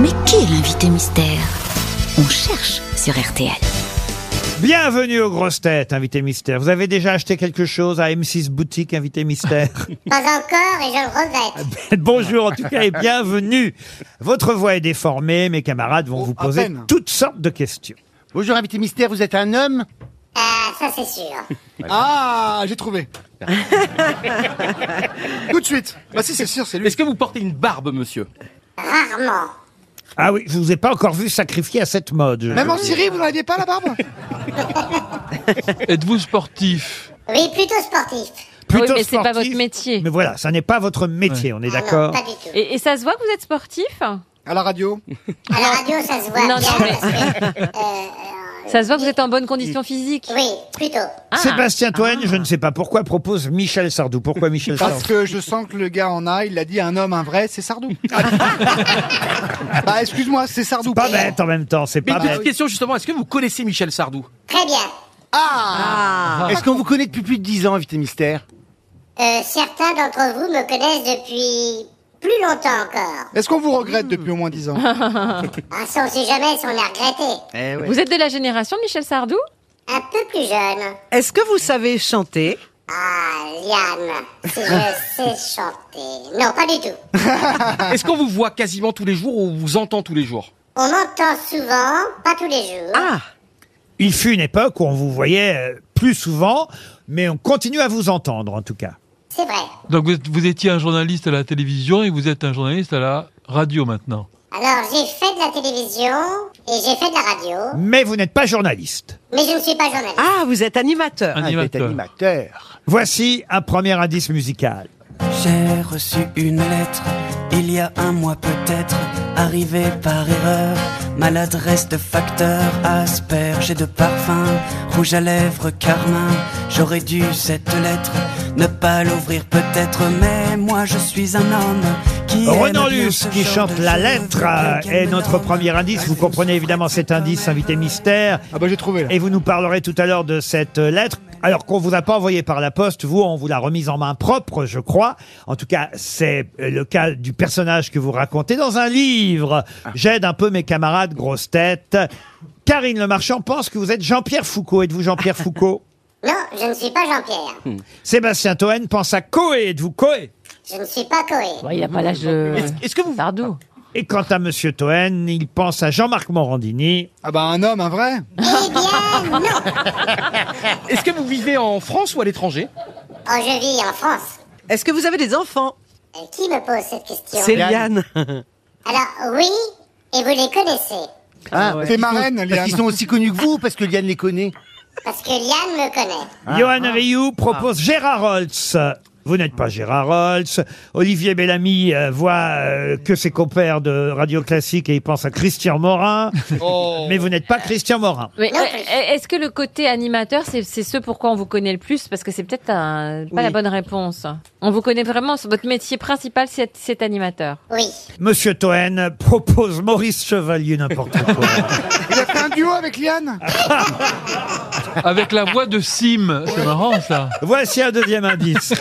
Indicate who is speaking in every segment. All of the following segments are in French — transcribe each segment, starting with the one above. Speaker 1: Mais qui est l'invité mystère On cherche sur RTL.
Speaker 2: Bienvenue aux grosses têtes, invité mystère. Vous avez déjà acheté quelque chose à M6 Boutique, invité mystère
Speaker 3: Pas encore et je le regrette.
Speaker 2: Bonjour en tout cas et bienvenue. Votre voix est déformée, mes camarades vont vous
Speaker 4: Oh, à
Speaker 2: poser
Speaker 4: peine.
Speaker 2: toutes sortes de questions.
Speaker 4: Bonjour, invité mystère, vous êtes un homme
Speaker 3: Ah, ça c'est sûr.
Speaker 4: Ah, j'ai trouvé. Tout de suite. Bah si, c'est sûr, c'est lui.
Speaker 5: Est-ce que vous portez une barbe, monsieur
Speaker 3: Rarement.
Speaker 2: Ah oui, je vous ai pas encore vu sacrifier à cette mode. je-
Speaker 4: Même
Speaker 5: Euh,
Speaker 4: en Syrie, vous n'en aviez pas la barbe
Speaker 5: Êtes-vous sportif
Speaker 3: Oui, plutôt sportif.
Speaker 2: Plutôt
Speaker 6: Oui, mais c'est pas
Speaker 2: sportif,
Speaker 6: votre métier.
Speaker 2: Mais voilà, ça n'est pas votre métier, on est
Speaker 3: Ah
Speaker 2: d'accord.
Speaker 3: Non, pas du tout.
Speaker 6: Et, et ça se voit que vous êtes sportif
Speaker 4: À la radio
Speaker 3: À la radio, ça se voit bien.
Speaker 6: Non, non, mais-
Speaker 3: parce que, euh, euh,
Speaker 6: Ça se voit que vous êtes en bonne condition physique
Speaker 3: Oui, plutôt.
Speaker 6: Ah.
Speaker 2: Sébastien Toine, je ne sais pas pourquoi, propose Michel Sardou. Pourquoi Michel
Speaker 4: Parce
Speaker 2: Sardou
Speaker 4: que je sens que le gars en a, il l'a dit, un homme, un vrai, c'est Sardou. bah excuse-moi, c'est Sardou.
Speaker 2: Pas bête en même temps, c'est
Speaker 5: Mais une
Speaker 2: pas
Speaker 4: Bah,
Speaker 2: bête.
Speaker 5: ah, petite question, justement, est-ce que vous connaissez Michel Sardou
Speaker 3: Très bien.
Speaker 4: Ah Est-ce qu'on vous connaît depuis plus de 10 ans, invité mystère
Speaker 3: Euh, certains d'entre vous me connaissent depuis plus longtemps encore.
Speaker 4: Est-ce qu'on vous regrette depuis au moins 10 ans
Speaker 3: Ah, ça, on sait jamais si on est regretté.
Speaker 5: Eh
Speaker 6: Vous êtes de la génération de Michel Sardou
Speaker 3: Un peu plus jeune.
Speaker 7: Est-ce que vous savez chanter
Speaker 3: Ah, Liane, si je sais chanter. Non, pas du tout.
Speaker 5: Est-ce qu'on vous voit quasiment tous les jours ou on vous entend tous les jours
Speaker 3: On m'entend souvent, pas tous les jours.
Speaker 7: Ah
Speaker 2: Il fut une époque où on vous voyait euh, plus souvent, mais on continue à vous entendre en tout cas.
Speaker 3: C'est vrai.
Speaker 8: Donc vous, êtes- vous étiez un journaliste à la télévision et vous êtes un journaliste à la radio maintenant.
Speaker 3: Alors, j'ai fait de la télévision et j'ai fait de la radio,
Speaker 2: Mais vous n'êtes pas journaliste.
Speaker 3: mais je ne suis pas journaliste.
Speaker 7: Ah, vous êtes animateur Ah,
Speaker 8: Animateur.
Speaker 4: animateur.
Speaker 2: Voici un premier indice musical.
Speaker 9: J'ai reçu une lettre, il y a un mois peut-être, arrivée par erreur, maladresse de facteur, asperge de parfum, rouge à lèvres, carmin, j'aurais dû cette lettre, ne pas l'ouvrir peut-être, mais moi je suis un homme qui...
Speaker 2: Renan
Speaker 9: aime bien
Speaker 2: Luce
Speaker 9: ce
Speaker 2: qui
Speaker 9: genre
Speaker 2: chante
Speaker 9: de
Speaker 2: La
Speaker 9: jeu,
Speaker 2: Lettre
Speaker 9: quelqu'un
Speaker 2: euh,
Speaker 9: qui
Speaker 2: est
Speaker 9: me
Speaker 2: notre
Speaker 9: nomme.
Speaker 2: premier indice. Vous comprenez évidemment cet indice, invité mystère.
Speaker 4: Ah bah j'ai trouvé là.
Speaker 2: Et vous nous parlerez tout à l'heure de cette euh, lettre. Alors qu'on vous a pas envoyée par la poste, vous, on vous l'a remise en main propre, je crois. En tout cas, c'est euh, le cas du personnage que vous racontez dans un livre. J'aide un peu mes camarades grosses têtes. Karine Le Marchand pense que vous êtes Jean-Pierre Foucault. Êtes-vous Jean-Pierre Foucault
Speaker 3: Non, je ne suis pas Jean-Pierre.
Speaker 2: Sébastien Toen pense à Coé. Êtes-vous Coé
Speaker 3: Je ne suis pas Coé.
Speaker 6: Il n'a pas l'âge de
Speaker 5: Est-ce est-ce que vous
Speaker 6: Sardou.
Speaker 2: Et quant à Monsieur Toen, il pense à Jean-Marc Morandini.
Speaker 4: Ah bah un homme, un vrai
Speaker 3: Eh bien, non.
Speaker 5: est-ce que vous vivez en France ou à l'étranger
Speaker 3: Oh, je vis en France.
Speaker 7: Est-ce que vous avez des enfants
Speaker 3: Euh, Qui me pose cette question
Speaker 7: C'est Liane.
Speaker 3: Alors, oui, et vous les connaissez.
Speaker 4: T'es marraine, Liane.
Speaker 10: Ils sont aussi connus que vous parce que Liane les connaît.
Speaker 3: Parce que Liane me connaît.
Speaker 2: Johan Rioux propose Gérard Holtz. Vous n'êtes pas Gérard Holtz. Olivier Bellamy euh, voit euh, que ses compères de Radio Classique et il pense à Christian Morin. Mais vous n'êtes pas Christian Morin.
Speaker 6: Mais
Speaker 3: Non,
Speaker 6: euh,
Speaker 3: plus.
Speaker 6: est-ce que le côté animateur, c'est c'est ce pourquoi on vous connaît le plus Parce que c'est peut-être un- pas la bonne réponse. On vous connaît vraiment, c'est- votre métier principal, c'est c'est animateur.
Speaker 3: Oui.
Speaker 2: Monsieur Toen propose Maurice Chevalier, n'importe quoi.
Speaker 4: Il a fait un duo avec Liane
Speaker 8: Avec la voix de Sim. C'est marrant ça.
Speaker 2: Voici un deuxième indice.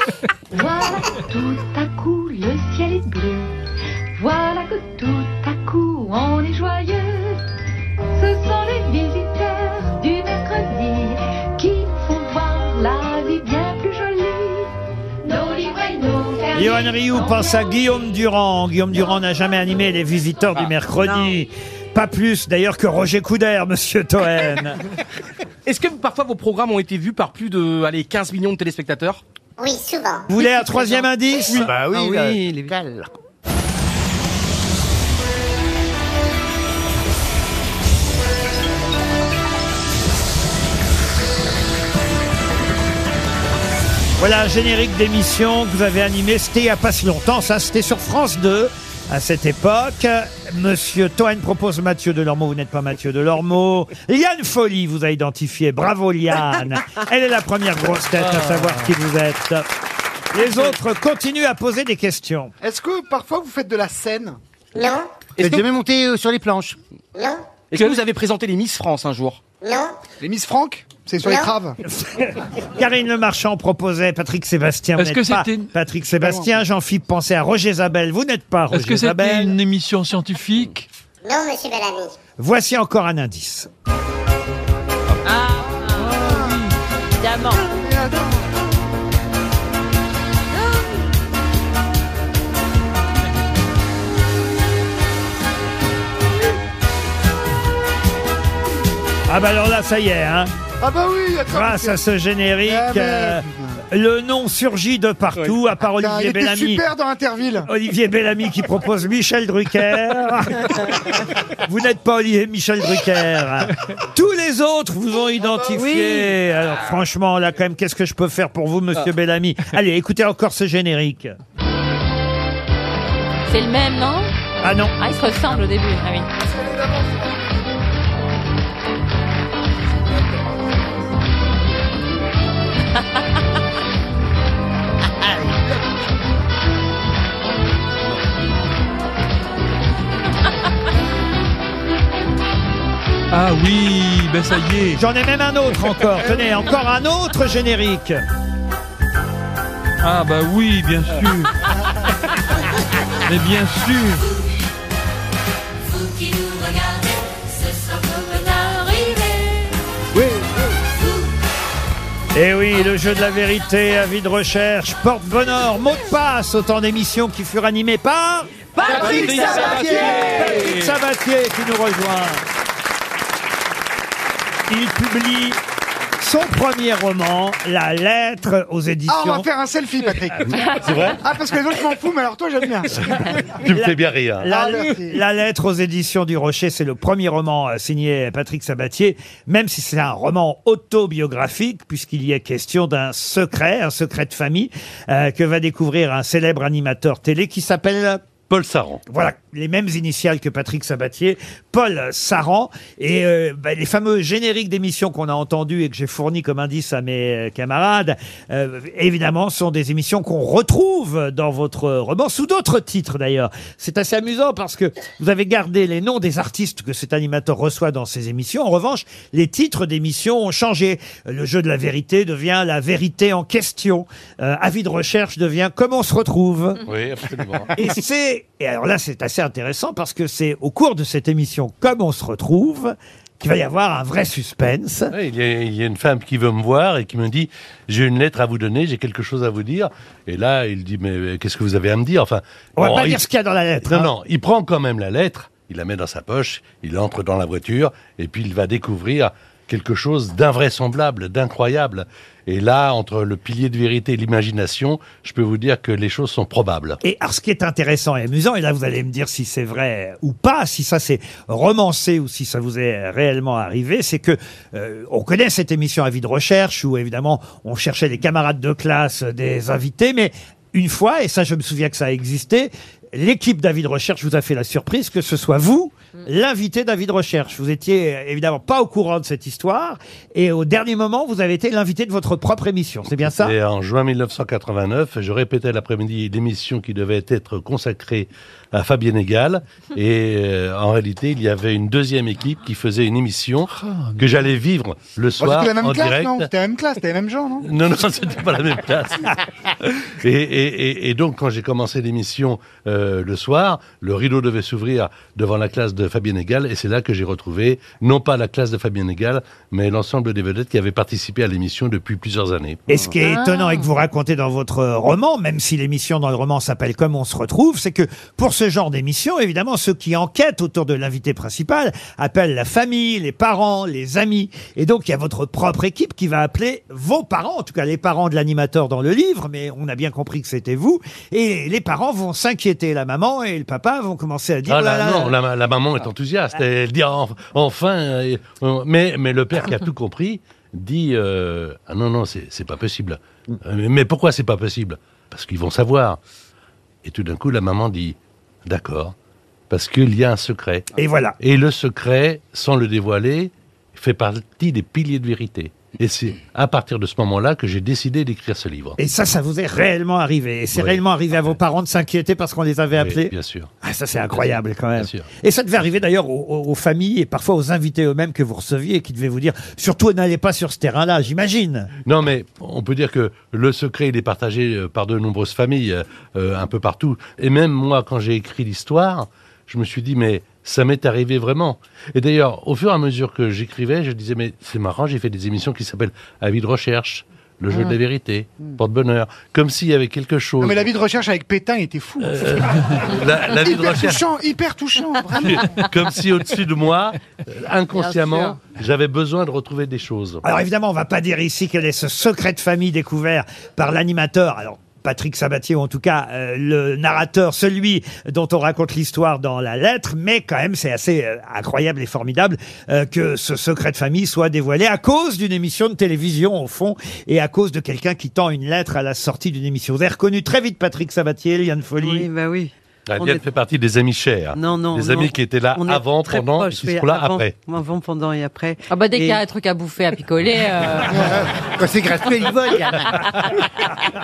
Speaker 11: Voilà que tout à coup le ciel est bleu. Voilà que tout à coup on est joyeux. Ce sont les visiteurs du mercredi qui font voir la vie bien plus jolie. Nos livres et nos carnets
Speaker 2: Johan Rioux
Speaker 11: sont
Speaker 2: pense à
Speaker 11: bien
Speaker 2: Guillaume Durand. Guillaume Durand n'a jamais animé les visiteurs du mercredi. Pas plus d'ailleurs que Roger Coudert, monsieur Toen.
Speaker 5: Est-ce que parfois vos programmes ont été vus par plus de allez, 15 millions de téléspectateurs
Speaker 3: Oui, souvent.
Speaker 2: Vous voulez un troisième indice Ah
Speaker 10: Bah oui, là.
Speaker 2: Voilà un générique d'émission que vous avez animé, c'était il n'y a pas si longtemps, ça c'était sur France 2 à cette époque. Monsieur Toen propose Mathieu Delormeau, vous n'êtes pas Mathieu Delormeau. Liane Folly vous a identifié, bravo Liane. Elle est la première grosse tête à savoir qui vous êtes. Les autres continuent à poser des questions.
Speaker 4: Est-ce que parfois vous faites de la scène
Speaker 3: Non,
Speaker 10: Vous êtes jamais monté euh, sur les planches.
Speaker 3: non,
Speaker 5: Est-ce que vous avez présenté les Miss France un jour
Speaker 3: non.
Speaker 4: Les Miss Franck C'est sur les
Speaker 3: Non.
Speaker 4: craves
Speaker 2: Karine Le Marchand proposait Patrick Sébastien. vous
Speaker 8: Est-ce que
Speaker 2: n'êtes pas
Speaker 8: c'était une-
Speaker 2: Patrick Sébastien, Jean-Philippe pensait à Roger Isabelle. Vous n'êtes pas Roger
Speaker 8: Est-ce que
Speaker 2: Isabelle.
Speaker 8: c'était une émission scientifique
Speaker 3: Non, monsieur Bellamy.
Speaker 2: Voici encore un indice.
Speaker 6: Ah, évidemment.
Speaker 2: Ah bah alors là, ça y est, hein.
Speaker 4: Ah bah oui, attends.
Speaker 2: Grâce à ce générique,
Speaker 4: Ah bah,
Speaker 2: euh, le nom surgit de partout, à part
Speaker 4: Ah, putain, il
Speaker 2: Olivier
Speaker 4: était
Speaker 2: Bellamy.
Speaker 4: super dans Interville.
Speaker 2: Olivier Bellamy qui propose Michel Drucker. vous n'êtes pas Olivier Michel Drucker. hein. Tous les autres vous ont identifié. Alors franchement, là quand même, qu'est-ce que je peux faire pour vous, Monsieur Bellamy Allez, écoutez encore ce générique.
Speaker 6: C'est le même, non
Speaker 2: Ah non.
Speaker 6: Ah, ils se ressemblent au début. Ah oui.
Speaker 8: Ah oui, ben ça y est.
Speaker 2: J'en ai même un autre encore. Tenez, encore un autre générique.
Speaker 8: Ah bah oui, bien sûr. Mais bien sûr.
Speaker 11: Vous qui nous regardez, ce soir vous venez d'arriver.
Speaker 4: Oui.
Speaker 2: Eh oui, le jeu de la vérité, avis de recherche, porte bonheur, mot de passe, autant d'émissions qui furent animées par
Speaker 7: Patrick
Speaker 2: Patrick Sabatier qui nous rejoint. Il publie son premier roman, La lettre aux éditions.
Speaker 4: Ah, on va faire un selfie, Patrick.
Speaker 12: C'est vrai
Speaker 4: Ah, parce que les autres, je m'en fous, mais alors toi, j'aime bien.
Speaker 12: Tu me fais bien rire.
Speaker 2: La,
Speaker 4: Ah, merci.
Speaker 2: La lettre aux éditions du Rocher, c'est le premier roman euh, signé Patrick Sabatier, même si c'est un roman autobiographique, puisqu'il y est question d'un secret, un secret de famille, euh, que va découvrir un célèbre animateur télé qui s'appelle...
Speaker 12: Paul Saran.
Speaker 2: Voilà, les mêmes initiales que Patrick Sabatier, Paul Saran, et euh, bah, les fameux génériques d'émissions qu'on a entendus et que j'ai fournis comme indice à mes euh, camarades, euh, évidemment, sont des émissions qu'on retrouve dans votre roman, sous d'autres titres d'ailleurs. C'est assez amusant parce que vous avez gardé les noms des artistes que cet animateur reçoit dans ses émissions. En revanche, les titres d'émissions ont changé. Euh, Le jeu de la vérité devient la vérité en question. Euh, avis de recherche devient comment on se retrouve.
Speaker 12: Oui, absolument.
Speaker 2: Et c'est, et alors là, c'est assez intéressant parce que c'est au cours de cette émission, comme on se retrouve, qu'il va y avoir un vrai suspense.
Speaker 12: Ouais, il, y a, il y a une femme qui veut me voir et qui me dit J'ai une lettre à vous donner, j'ai quelque chose à vous dire. Et là, il dit Mais qu'est-ce que vous avez à me dire Enfin,
Speaker 2: On va
Speaker 12: bon,
Speaker 2: pas
Speaker 12: Oh, il-
Speaker 2: dire ce qu'il y a dans la lettre.
Speaker 4: Ah.
Speaker 12: Non,
Speaker 2: hein.
Speaker 12: non, il prend quand même la lettre, il la met dans sa poche, il entre dans la voiture, et puis il va découvrir quelque chose d'invraisemblable, d'incroyable. Et là, entre le pilier de vérité et l'imagination, je peux vous dire que les choses sont probables.
Speaker 2: Et alors, ce qui est intéressant et amusant, et là, vous allez me dire si c'est vrai ou pas, si ça c'est romancé ou si ça vous est réellement arrivé, c'est que euh, on connaît cette émission Avis de recherche où évidemment on cherchait les camarades de classe euh, des invités, mais une fois, et ça je me souviens que ça a existé, l'équipe d'Avis de recherche vous a fait la surprise que ce soit vous l'invité d'Avis de recherche. Vous étiez euh, évidemment pas au courant de cette histoire, et au dernier moment, vous avez été l'invité de votre propre émission. C'est bien ça
Speaker 12: Et en juin 1989, je répétais l'après-midi l'émission qui devait être consacrée à Fabien Egal. Et euh, en réalité, il y avait une deuxième équipe qui faisait une émission que j'allais vivre le
Speaker 4: Bon,
Speaker 12: soir
Speaker 4: Oh, c'était la même
Speaker 12: en
Speaker 4: classe,
Speaker 12: direct.
Speaker 4: non C'était la même classe, c'était les mêmes gens, non
Speaker 12: Non, non, c'était pas la même classe. Et, et- et- et donc, quand j'ai commencé l'émission euh, le soir, le rideau devait s'ouvrir devant la classe de Fabien Egal, et c'est là que j'ai retrouvé, non pas la classe de Fabien Egal, mais l'ensemble des vedettes qui avaient participé à l'émission depuis plusieurs années.
Speaker 2: Et ce qui est étonnant et que vous racontez dans votre euh, roman, même si l'émission dans le roman s'appelle Comme on se retrouve, c'est que pour ce genre d'émission, évidemment, ceux qui enquêtent autour de l'invité principal appellent la famille, les parents, les amis. Et donc, il y a votre propre équipe qui va appeler vos parents, en tout cas les parents de l'animateur dans le livre, mais on a bien compris que c'était vous. Et les parents vont s'inquiéter, la maman et le papa vont commencer à dire...
Speaker 12: Ah
Speaker 2: Oh là
Speaker 12: là,
Speaker 2: là,
Speaker 12: non, la, la maman est enthousiaste. Elle dit en- enfin. euh, euh, mais, mais le père qui a tout compris dit euh, Ah non, non, c'est c'est pas possible. Euh, Mais, mais pourquoi c'est pas possible Parce qu'ils vont savoir. Et tout d'un coup, la maman dit D'accord, parce qu'il y a un secret.
Speaker 2: Et voilà.
Speaker 12: Et le secret, sans le dévoiler, fait partie des piliers de vérité. Et c'est à partir de ce moment-là que j'ai décidé d'écrire ce livre.
Speaker 2: Et ça, ça vous est réellement arrivé. Et c'est
Speaker 12: Oui.
Speaker 2: réellement arrivé à vos parents de s'inquiéter parce qu'on les avait
Speaker 12: Oui,
Speaker 2: appelés.
Speaker 12: bien sûr.
Speaker 2: Ah, ça, c'est incroyable quand même.
Speaker 12: Bien sûr.
Speaker 2: Et ça devait arriver d'ailleurs aux, aux- aux familles et parfois aux invités eux-mêmes que vous receviez et qui devaient vous dire surtout n'allez pas sur ce terrain-là, j'imagine.
Speaker 12: Non, mais on peut dire que le secret, il est partagé euh, par de nombreuses familles, euh, euh, un peu partout. Et même moi, quand j'ai écrit l'histoire, je me suis dit, mais Ça m'est arrivé vraiment. Et d'ailleurs, au fur et à mesure que j'écrivais, je disais, mais c'est marrant, j'ai fait des émissions qui s'appellent Avis de recherche, Le jeu
Speaker 4: Ah.
Speaker 12: de la vérité,
Speaker 7: Hmm.
Speaker 4: Mm.
Speaker 12: Porte-bonheur, comme s'il y avait quelque chose.
Speaker 4: Non, mais la vie de recherche avec Pétain était fou.
Speaker 12: Oh. Euh, la- la vie de
Speaker 4: hyper
Speaker 12: recherche.
Speaker 4: touchant, hyper touchant, vraiment.
Speaker 12: comme si au-dessus de moi, euh,
Speaker 4: Bien
Speaker 12: inconsciemment, j'avais besoin de retrouver des choses.
Speaker 2: Alors évidemment, on va pas dire ici quel est ce secret de famille découvert par l'animateur. Alors Patrick Sabatier, ou en tout cas euh, le narrateur, celui dont on raconte l'histoire dans la lettre, mais quand même c'est assez euh, incroyable et formidable euh, que ce secret de famille soit dévoilé à cause d'une émission de télévision au fond et à cause de quelqu'un qui tend une lettre à la sortie d'une émission. Vous avez reconnu très vite Patrick Sabatier, Liane Folly Oui,
Speaker 7: bah oui.
Speaker 12: Aliette
Speaker 7: On est-
Speaker 12: fait partie des amis chers.
Speaker 7: Non, non.
Speaker 12: Des
Speaker 7: non.
Speaker 12: amis qui étaient là
Speaker 7: On est
Speaker 12: avant,
Speaker 7: très
Speaker 12: pendant, et
Speaker 7: proches,
Speaker 12: qui
Speaker 7: oui,
Speaker 12: seront là
Speaker 7: avant-
Speaker 12: après.
Speaker 7: Avant, pendant et après.
Speaker 6: Ah bah dès qu'il y a
Speaker 7: Et-
Speaker 6: un truc à bouffer, à picoler. euh,
Speaker 10: Quand c'est gratuit, ils volent.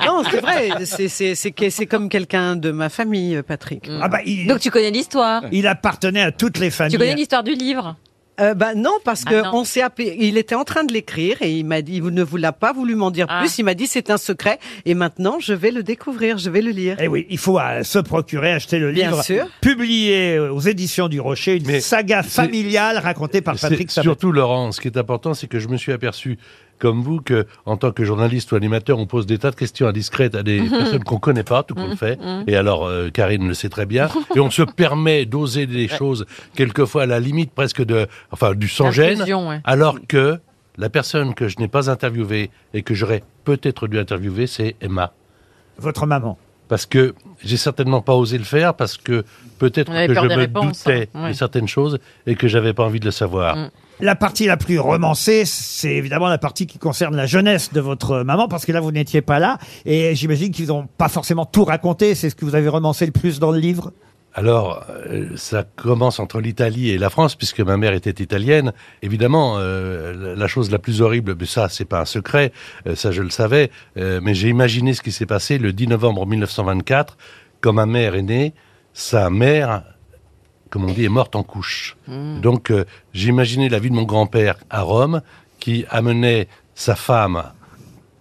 Speaker 7: Non, c'est vrai. c'est- c'est- C'est que- c'est comme quelqu'un de ma famille, euh, Patrick.
Speaker 2: Ah bah, il-
Speaker 6: Donc tu connais l'histoire.
Speaker 2: Il appartenait à toutes les
Speaker 12: Ah,
Speaker 2: familles.
Speaker 6: Tu connais l'histoire du livre.
Speaker 7: Euh, bah non, parce
Speaker 6: Ah,
Speaker 7: que
Speaker 6: non.
Speaker 7: on s'est appelé. Il était en train de l'écrire et il m'a dit, il ne voulait pas voulu m'en dire plus. Il m'a dit c'est un secret et maintenant je vais le découvrir, je vais le lire.
Speaker 2: Eh oui, il faut euh, se procurer, acheter le
Speaker 7: Bien
Speaker 2: livre
Speaker 7: sûr.
Speaker 2: publié aux éditions du Rocher, une saga familiale racontée par
Speaker 12: C'est
Speaker 2: Patrick Sabatier.
Speaker 12: Surtout, Laurent, ce qui est important, c'est que je me suis aperçu, comme vous, que en tant que journaliste ou animateur, on pose des tas de questions indiscrètes à des
Speaker 13: Mhm.
Speaker 12: personnes qu'on connaît pas, tout qu'on
Speaker 13: Mhm,
Speaker 12: fait.
Speaker 13: mhm.
Speaker 12: Et alors, euh, Karine le sait très bien. Et on se permet d'oser des
Speaker 13: Ouais.
Speaker 12: choses, quelquefois à la limite presque de, enfin, du sans gêne,
Speaker 13: D'intrusion, ouais.
Speaker 12: alors que la personne que je n'ai pas interviewée et que j'aurais peut-être dû interviewer, c'est Emma.
Speaker 2: Votre maman.
Speaker 12: Parce que j'ai certainement pas osé le faire, parce que peut-être
Speaker 2: On avait
Speaker 12: que je
Speaker 2: peur des
Speaker 12: me
Speaker 2: réponses,
Speaker 12: doutais
Speaker 2: hein. Ouais.
Speaker 12: de certaines choses et que j'avais pas envie de le savoir.
Speaker 2: La partie la plus romancée, c'est évidemment la partie qui concerne la jeunesse de votre maman, parce que là, vous n'étiez pas là, et j'imagine qu'ils n'ont pas forcément tout raconté, c'est ce que vous avez romancé le plus dans le livre
Speaker 12: Alors, euh, ça commence entre l'Italie et la France, puisque ma mère était italienne. Évidemment, euh, la- la chose la plus horrible, mais ça, c'est pas un secret, euh, ça je le savais, euh, mais j'ai imaginé ce qui s'est passé le 10 novembre 1924, quand ma mère est née, sa mère, comme on dit, est morte en couche.
Speaker 13: Mm.
Speaker 12: Donc, euh, j'ai imaginé la vie de mon grand-père à Rome, qui amenait sa femme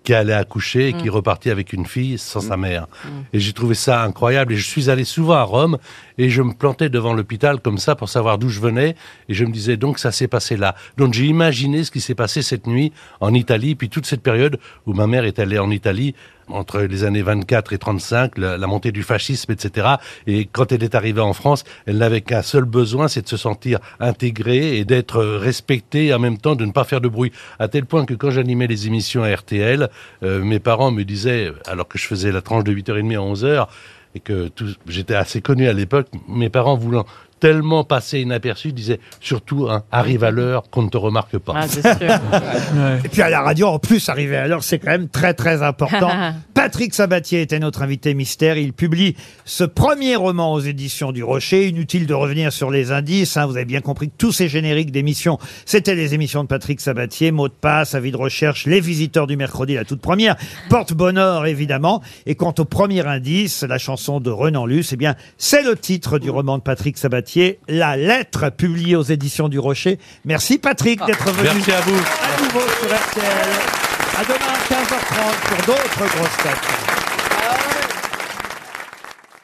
Speaker 12: qui allait accoucher et qui
Speaker 13: Mm.
Speaker 12: repartit avec une fille sans sa mère. Et j'ai trouvé ça incroyable. Et je suis allé souvent à Rome et je me plantais devant l'hôpital comme ça pour savoir d'où je venais. Et je me disais donc ça s'est passé là. Donc j'ai imaginé ce qui s'est passé cette nuit en Italie, puis toute cette période où ma mère est allée en Italie entre les années 24 et 35, la, la montée du fascisme, etc. Et quand elle est arrivée en France, elle n'avait qu'un seul besoin, c'est de se sentir intégrée et d'être respectée et en même temps de ne pas faire de bruit. À tel point que quand j'animais les émissions à RTL, euh, mes parents me disaient, alors que je faisais la tranche de 8h30 à 11h, et que tout- j'étais assez connu à l'époque, mes parents voulant tellement passer inaperçu, disaient surtout, hein, arrive à l'heure qu'on ne te remarque pas.
Speaker 6: Ah,
Speaker 2: Et puis à la radio, en plus, arriver à l'heure, c'est quand même très très important. Patrick Sabatier était notre invité mystère. Il publie ce premier roman aux éditions du Rocher. Inutile de revenir sur les indices. hein. Vous avez bien compris que tous ces génériques d'émissions, c'était les émissions de Patrick Sabatier, Mots de passe, Avis de recherche, Les visiteurs du mercredi, la toute première, Porte bonheur évidemment. Et quant au premier indice, la chanson de Renan Luce, eh bien, c'est le titre du roman de Patrick Sabatier, La lettre, publiée aux éditions du Rocher. Merci Patrick d'être venu.
Speaker 12: Merci à vous.
Speaker 2: À nouveau sur RTL. À demain, 15h30 pour d'autres grosses têtes.